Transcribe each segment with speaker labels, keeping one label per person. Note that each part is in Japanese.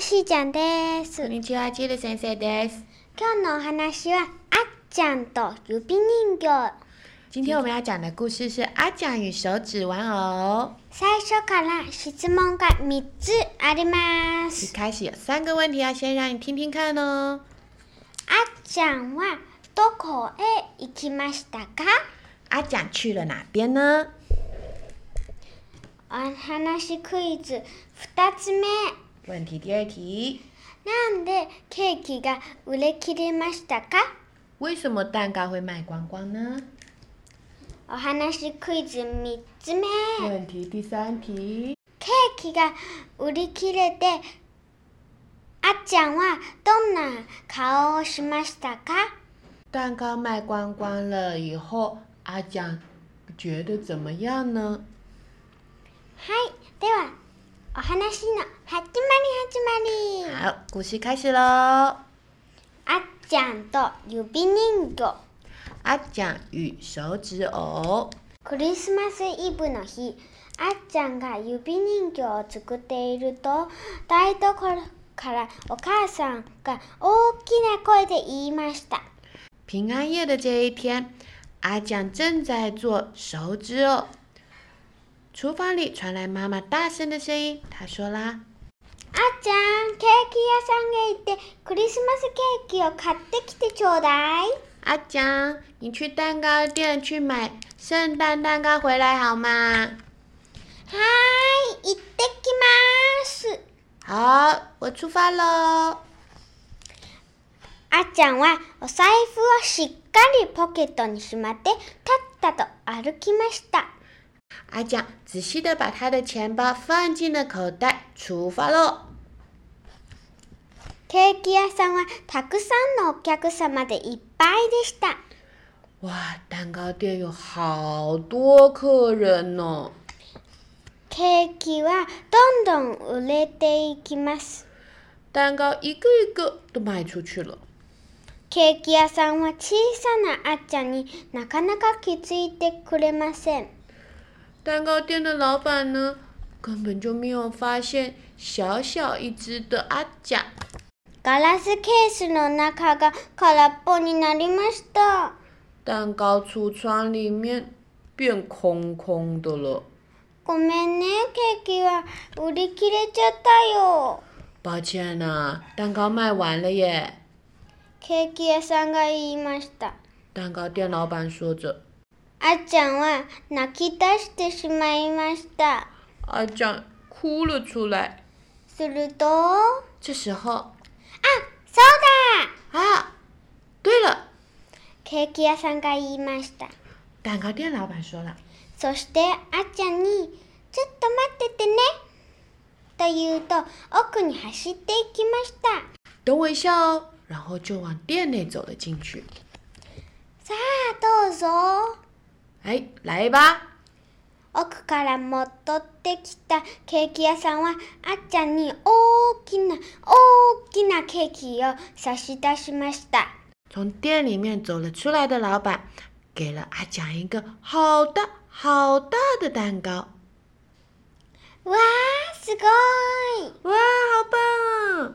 Speaker 1: しーちゃんです。
Speaker 2: こんにちは、チル先生です。
Speaker 1: 今日のお話は、あっちゃんと指人形。
Speaker 2: 今天我们要讲的故事是阿酱与手指玩偶。
Speaker 1: 最初から質問が3つありま
Speaker 2: 一
Speaker 1: す。
Speaker 2: 开始有三个问题要先让你听听看哦。
Speaker 1: あっちゃんはどこへ行きましたか
Speaker 2: 阿酱去了哪边呢？
Speaker 1: お話クイズ2つ目。
Speaker 2: 问题第二题，
Speaker 1: なんでケーキが売れ切れましたか
Speaker 2: 为什么蛋糕会卖光光呢？
Speaker 1: お話クイズ3つ目。
Speaker 2: 问题第三题，
Speaker 1: ケーキが売り切れて、あっちゃんはどんな顔をしましたか
Speaker 2: 蛋糕卖光光了以后，阿酱觉得怎么样呢？
Speaker 1: はい、ではお話の始まり始まり
Speaker 2: 好，故事开始喽。
Speaker 1: あっちゃんと指人形
Speaker 2: 阿酱与手指偶，
Speaker 1: クリスマスイブの日あっちゃんが指人形を作っていると台所からお母さんが大きな声で言いました
Speaker 2: 平安夜的这一天，阿酱正在做手指偶。厨房里传来妈妈大声的声音，她说啦
Speaker 1: あっちゃんケーキ屋さんへ行ってクリスマスケーキを買ってきてちょうだい
Speaker 2: 阿江，你去蛋糕店去买圣诞蛋糕回来好吗？
Speaker 1: はーい行ってきます
Speaker 2: 好，我出发喽。
Speaker 1: あっちゃんはお財布をしっかりポケットにしまってたったと歩きました
Speaker 2: 阿江仔细的把他的钱包放进了口袋，出发喽。
Speaker 1: ケーキ屋さんはたくさんのお客様でいっぱいでした
Speaker 2: 哇，蛋糕店有好多客人哦呢、
Speaker 1: ケーキはどんどん売れていきます
Speaker 2: 蛋糕一个一个都卖出去了。
Speaker 1: ケーキ屋さんは小さなあっちゃんになかなか気づいてくれません
Speaker 2: 蛋糕店的老板呢，根本就没有发现小小一只的阿酱。
Speaker 1: ガラスケースの中が空っぽになりました
Speaker 2: 蛋糕橱窗里面变空空的了。
Speaker 1: ごめんねケーキは売り切れちゃったよ
Speaker 2: 抱歉呐、啊蛋糕卖完了耶。
Speaker 1: ケーキ屋さんが言いました。
Speaker 2: 蛋糕店老板说着。
Speaker 1: あっちゃんは泣き出してしまいました。
Speaker 2: 阿酱哭了出来。
Speaker 1: すると、あ、
Speaker 2: 这时候
Speaker 1: そうだ
Speaker 2: 啊，对了，
Speaker 1: ケーキ屋さんが言いました。
Speaker 2: 蛋糕店老板说了。
Speaker 1: そしてあっちゃんに、ちょっと待っててね。と言うと、奥に走っていきました。
Speaker 2: 等我一下哦，然后就往店内走了进去。
Speaker 1: さあ、どうぞ。
Speaker 2: 哎，来吧。
Speaker 1: 奥から持っとってきたケーキ屋さんはあっちゃんに大きな大きなケーキを差し出しました。
Speaker 2: 从店里面走了出来的老板，给了阿蒋一个好大好大的蛋糕。
Speaker 1: わーすごい
Speaker 2: 哇，好棒啊！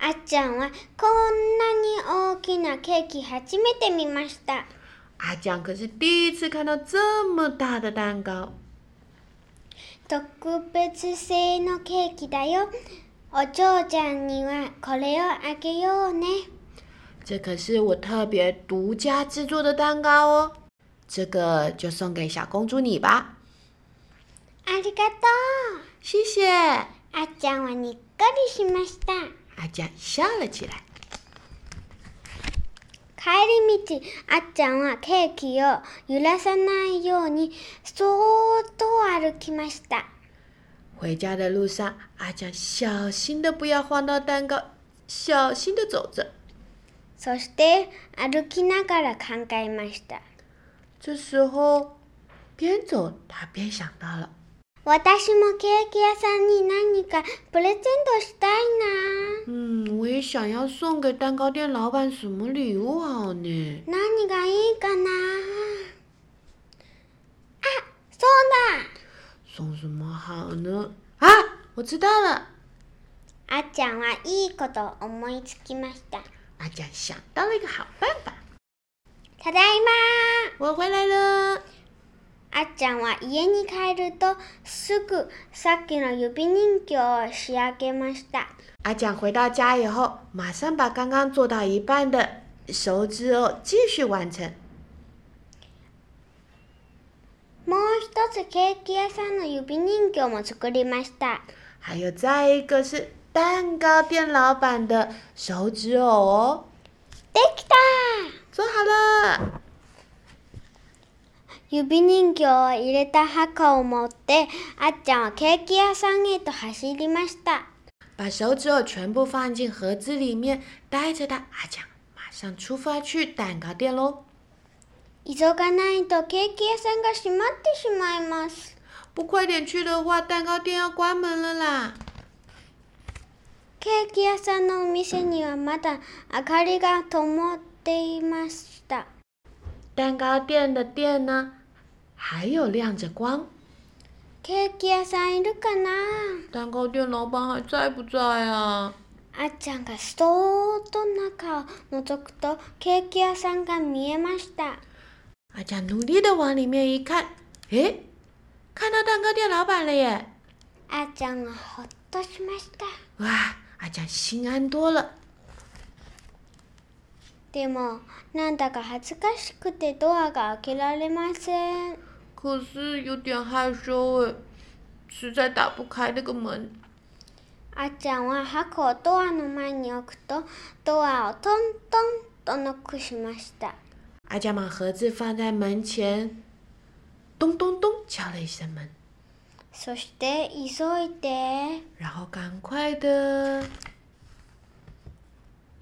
Speaker 1: あっちゃんはこんなに大きなケーキ初めて見ました
Speaker 2: 阿蒋可是第一次看到这么大的蛋糕。
Speaker 1: 特別製のケーキだよお嬢ちゃんにはこれをあげようね
Speaker 2: 这可是我特别独家制作的蛋糕哦，这个就送给小公主你吧，
Speaker 1: ありがと
Speaker 2: 谢谢。
Speaker 1: うあっちゃんはにっこりしました
Speaker 2: 阿酱笑了起来。
Speaker 1: 帰り道あっちゃんはケーキを揺らさないようにそーっと歩きました。
Speaker 2: 回家的路上，阿酱小心的不要晃到蛋糕，小心的走着。
Speaker 1: そして歩きながら考えました。
Speaker 2: 这时候，边走他边想到了，
Speaker 1: 私もケーキ屋さんに何かプレゼントしたい
Speaker 2: 嗯，我也想要送给蛋糕店老板什么礼物好呢？
Speaker 1: な。何がいいかな。あ、そう
Speaker 2: 送什么好呢？啊，我知道了。
Speaker 1: だ。あっちゃんはいいことを思いつきました。
Speaker 2: 阿酱啊想到了一个好办法，
Speaker 1: ただい
Speaker 2: 我回来了。
Speaker 1: まあっちゃんは家に帰るとすぐさっきの指人形を仕上げました。
Speaker 2: 阿蒋啊回到家以后，马上把刚刚做到一半的手指偶继续完成。
Speaker 1: もう一つケーキ屋さんの指人形も作りました。
Speaker 2: 还有再一个是蛋糕店老板的手指偶哦，
Speaker 1: できた
Speaker 2: 做好了。
Speaker 1: 指人形を入れた箱を持ってあっちゃんはケーキ屋さんへと走りました
Speaker 2: 把手指偶全部放进盒子里面，带着它，阿蒋马上出发去蛋糕店喽。
Speaker 1: 急がないとケーキ屋さんが閉まってしまいます
Speaker 2: 不快点去的话，蛋糕店要关门了啦。
Speaker 1: ケーキ屋さんのお店にはまだ明かりが灯っていました
Speaker 2: 蛋糕店的店呢，还有亮着光。
Speaker 1: ケーキ屋さんいるかな
Speaker 2: 蛋糕店老板还在不在啊？
Speaker 1: あっちゃんがそーっと中を覗くとケーキ屋さんが見えました
Speaker 2: 阿蒋啊努力的往里面一看，诶，看到蛋糕店老板了耶！
Speaker 1: あっちゃんはほっとしました
Speaker 2: 哇，阿蒋心安多了。
Speaker 1: でもなんだか恥ずかしくてドアが開けられません
Speaker 2: 可是有点害羞诶，实在打不开那个门。
Speaker 1: あっちゃんは箱をドアの前に置くとドアをトントンとノックしました
Speaker 2: 阿蒋把盒子放在门前，咚咚咚敲了一声门，
Speaker 1: そして急いで
Speaker 2: 然后赶快的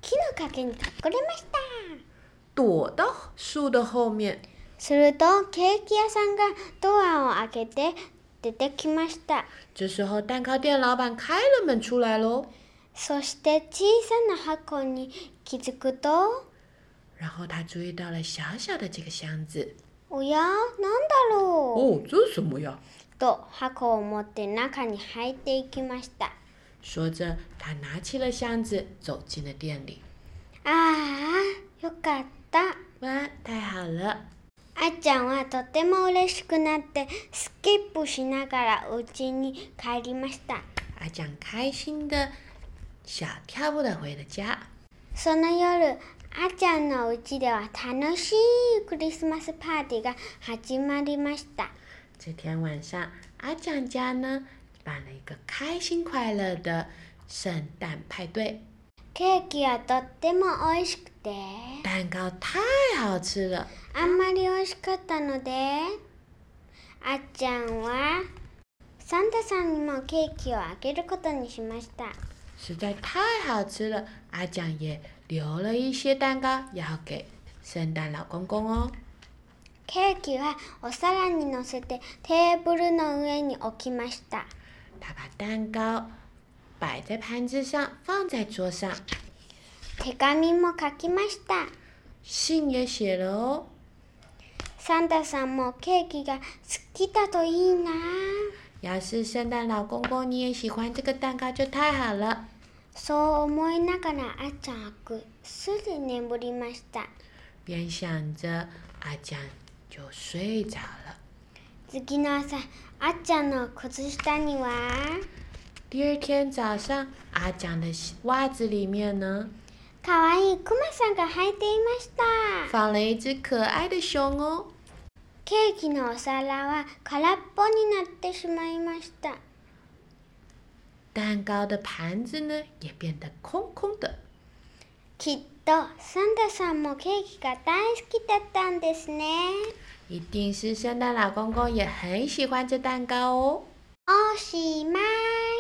Speaker 1: 木の陰に隠れました
Speaker 2: 躲到树的后面。
Speaker 1: するとケーキ屋さんがドアを開けて出てきました
Speaker 2: 这时候，蛋糕店老板开了门出来喽，
Speaker 1: そして小さな箱に気づくと
Speaker 2: 然后他注意到了小小的这个箱子。
Speaker 1: おやなんだろう
Speaker 2: 哦，这是什么呀？
Speaker 1: と箱を持って中に入っていきました
Speaker 2: 说着，他拿起了箱子，走进了店里。
Speaker 1: ああよかったあ
Speaker 2: 哇，太好了！
Speaker 1: っちゃんはとても嬉しくなってスキップしながらうちに帰りました
Speaker 2: 阿蒋啊开心的小跳步的回了家。
Speaker 1: その夜あっちゃんのうちでは楽しいクリスマスパーティーが始まりました
Speaker 2: 这天晚上，阿蒋家呢办了一个开心快乐的圣诞派对，
Speaker 1: ケーキはとっても美味しくて
Speaker 2: 蛋糕太好吃了。
Speaker 1: あんまり美味しかったのであっちゃんはサンタさんにもケーキをあげることにしました
Speaker 2: 实在太好吃了，阿蒋也留了一些蛋糕要给圣诞老公公哦。
Speaker 1: ケーキはお皿にのせてテーブルの上に置きました
Speaker 2: 他把蛋糕摆在盘子上，放在桌上，
Speaker 1: 手紙も書きました
Speaker 2: 信也写了哦。
Speaker 1: サンタさんもケーキが好きだといいな
Speaker 2: 要是圣诞老公公你也喜欢这个蛋糕，就太好了。
Speaker 1: そう思いながらあっちゃんはぐっすり眠りました
Speaker 2: 边想着，阿蒋就睡着了。
Speaker 1: 次の朝あっちゃんの靴下には
Speaker 2: 第二天早上，阿蒋的鞋袜子里面呢，
Speaker 1: かわいいクマさんが履いていました
Speaker 2: 放了一只可爱的熊哦。
Speaker 1: ケーキのお皿は空っぽになってしまいました
Speaker 2: 蛋糕的盘子呢，也变得空空的。
Speaker 1: きっとサンタさんもケーキが大好きだったんですね
Speaker 2: 一定是圣诞老公公也很喜欢这蛋糕哦。
Speaker 1: おしまい。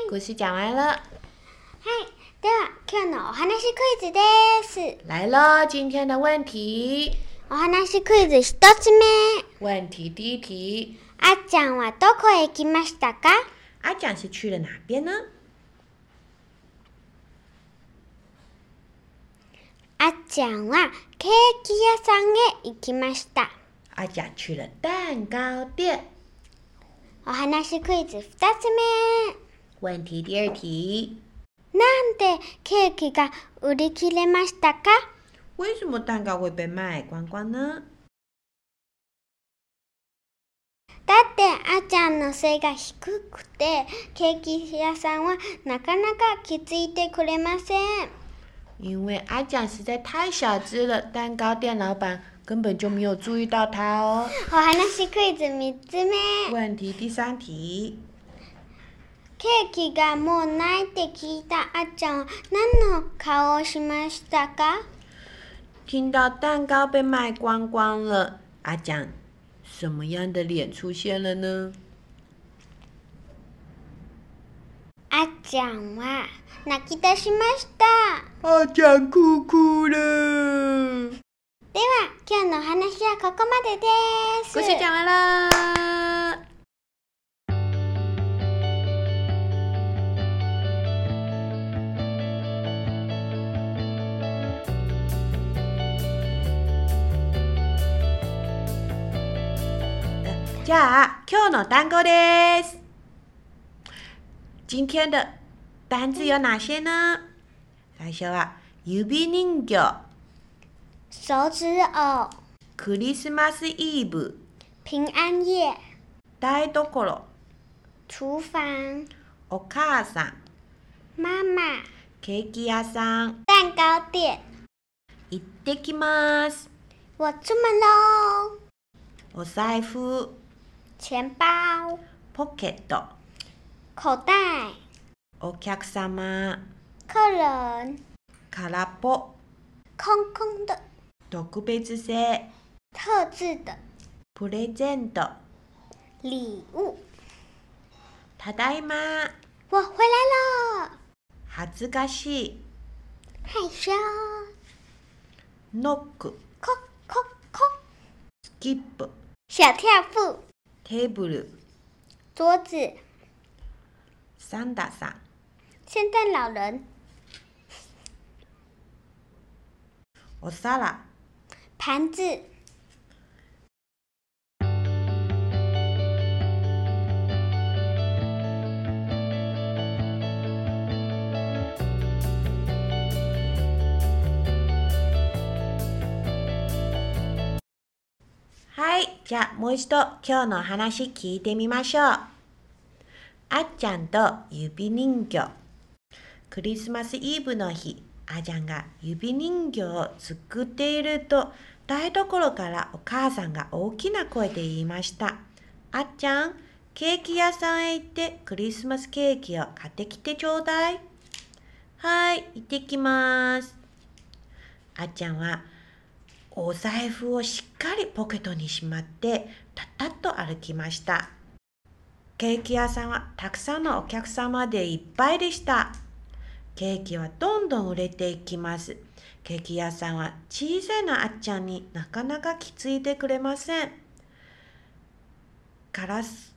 Speaker 2: 故事讲完了，
Speaker 1: はい。では、今日のお話クイズです。
Speaker 2: 来喽，今天的问题，
Speaker 1: お話クイズ一つ目。
Speaker 2: 问题第一题，
Speaker 1: あっちゃんはどこへ行きましたか
Speaker 2: 阿蒋是去了哪边呢？
Speaker 1: あっちゃんはケーキ屋さんへ行きました。
Speaker 2: 阿蒋去了蛋糕店。
Speaker 1: お話クイズ二つ
Speaker 2: 问题第二题，
Speaker 1: 目。なんでケーキが売り切れましたか
Speaker 2: 为什么蛋糕会被卖光光呢？
Speaker 1: だってあっちゃんの背が低くてケーキ屋さんはなかなか気づいてくれません
Speaker 2: 因为阿蒋实在太小只了，蛋糕店老板根本就没有注意到他哦。
Speaker 1: お話クイズ3つ目
Speaker 2: 问题第三题，
Speaker 1: ケーキがもうないって聞いたあっちゃんは何の顔をしましたか
Speaker 2: 听到蛋糕被卖光光了，阿蒋什么样的脸出现了呢？
Speaker 1: あっちゃんは泣き出しました
Speaker 2: 阿蒋哭哭了。
Speaker 1: では今日のお話はここまでです
Speaker 2: 故事讲完了。じゃあ今日の単語です。今天的单字有哪些呢？最初は指人形、
Speaker 1: 手指偶
Speaker 2: クリスマスイブ、
Speaker 1: 平安夜
Speaker 2: 台所、
Speaker 1: 厨房
Speaker 2: お母さん、
Speaker 1: ママ
Speaker 2: ケーキ屋さん、
Speaker 1: 蛋糕店
Speaker 2: 行ってきます。
Speaker 1: 我出门喽！
Speaker 2: お財布、
Speaker 1: 钱包、
Speaker 2: ポケット、
Speaker 1: 口袋、
Speaker 2: お客様、
Speaker 1: 客人、
Speaker 2: 空っぽ、
Speaker 1: 空空的、
Speaker 2: 特別性、
Speaker 1: 特制的
Speaker 2: プレゼント、
Speaker 1: 礼物。
Speaker 2: ただいま、
Speaker 1: 我回来了，
Speaker 2: 恥ずかしい、
Speaker 1: 害羞。
Speaker 2: ノック、
Speaker 1: 空空空，
Speaker 2: スキップ、
Speaker 1: 小跳步，
Speaker 2: テーブル、
Speaker 1: 桌子，
Speaker 2: サンダさん、
Speaker 1: 圣诞老人，
Speaker 2: お皿、
Speaker 1: 盘子。
Speaker 2: はい、じゃあもう一度今日のお話聞いてみましょう。あっちゃんと指人形。クリスマスイブの日、あっちゃんが指人形を作っていると、台所からお母さんが大きな声で言いました。あっちゃん、ケーキ屋さんへ行ってクリスマスケーキを買ってきてちょうだい。はい、行ってきます。あっちゃんはお財布をしっかりポケットにしまってたったっと歩きましたケーキ屋さんはたくさんのお客様でいっぱいでしたケーキはどんどん売れていきますケーキ屋さんは小さなあっちゃんになかなかきついてくれませんガラス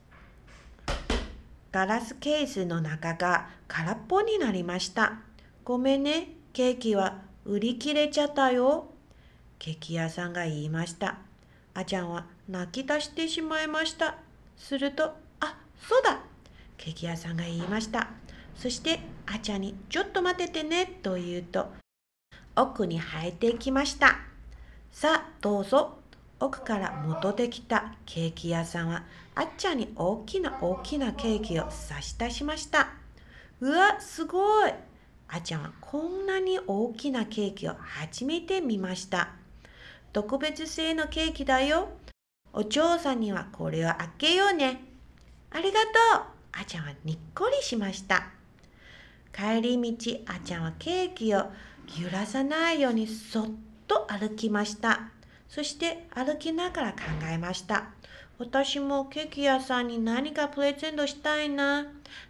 Speaker 2: ガラスケースの中が空っぽになりましたごめんねケーキは売り切れちゃったよケーキ屋さんが言いました。あちゃんは泣き出してしまいました。すると、あ、そうだケーキ屋さんが言いました。そして、あちゃんにちょっと待っててねと言うと、奥に入っていきました。さあ、どうぞ。奥から戻ってきたケーキ屋さんは、あっちゃんに大きな大きなケーキを差し出しました。うわ、すごいあちゃんはこんなに大きなケーキを初めて見ました。特別製のケーキだよ。お嬢さんにはこれをあげようね。ありがとう。あちゃんはにっこりしました。帰り道、あちゃんはケーキを揺らさないようにそっと歩きました。そして歩きながら考えました。私もケーキ屋さんに何かプレゼントしたいな。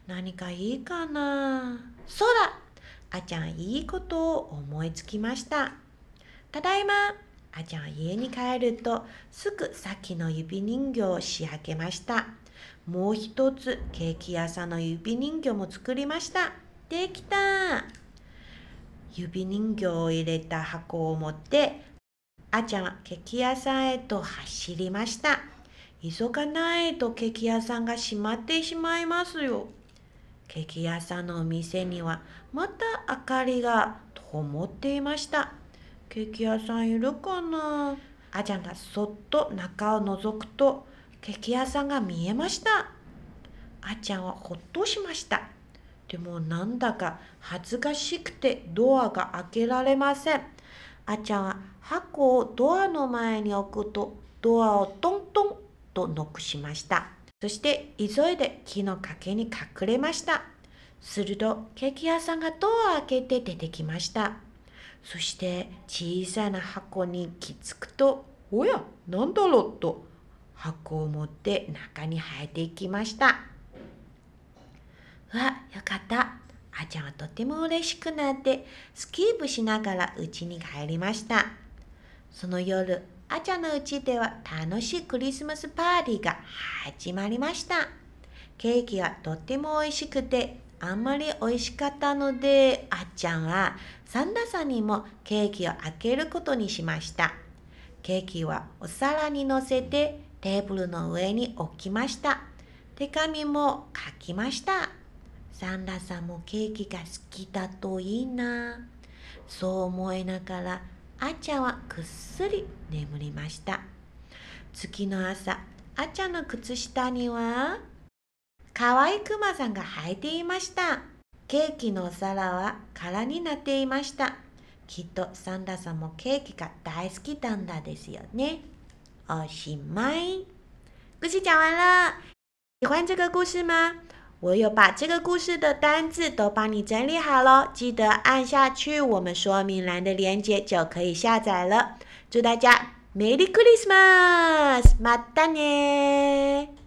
Speaker 2: 何かいいかな。そうだあちゃんいいことを思いつきました。ただいまあちゃん家に帰るとすぐさっきの指人形を仕上げました。もう一つケーキ屋さんの指人形も作りました。できた指人形を入れた箱を持ってあちゃんはケーキ屋さんへと走りました。急がないとケーキ屋さんが閉まってしまいますよ。ケーキ屋さんのお店にはまた明かりが灯っていました。ケーキ屋さんいるかなあちゃんがそっと中を覗くとケーキ屋さんが見えました。あちゃんはほっとしました。でもなんだか恥ずかしくてドアが開けられません。あちゃんは箱をドアの前に置くとドアをトントンとノックしました。そして急いで木の陰に隠れました。するとケーキ屋さんがドアを開けて出てきました。そして小さな箱に気づくと、おや、なんだろうと箱を持って中に入っていきました。うわ、よかった。あちゃんはとても嬉しくなって、スキープしながら家に帰りました。その夜、あちゃんの家では楽しいクリスマスパーティーが始まりました。ケーキはとても美味しくて、あんまり美味しかったので、あっちゃんはサンタさんにもケーキを開けることにしました。ケーキはお皿に乗せてテーブルの上に置きました。手紙も書きました。サンタさんもケーキが好きだといいな。そう思いながら、あっちゃんはぐっすり眠りました。次の朝、あっちゃんの靴下には、可愛いクマさんが履いていました。ケーキのお皿は空になっていました。きっとサンタさんもケーキが大好きなんだですよね。おしまい。故事讲完了，喜欢这个故事吗？我有把这个故事的单字都帮你整理好喽，记得按下去我们说明栏的链接就可以下载了。祝大家 Merry Christmas，またね。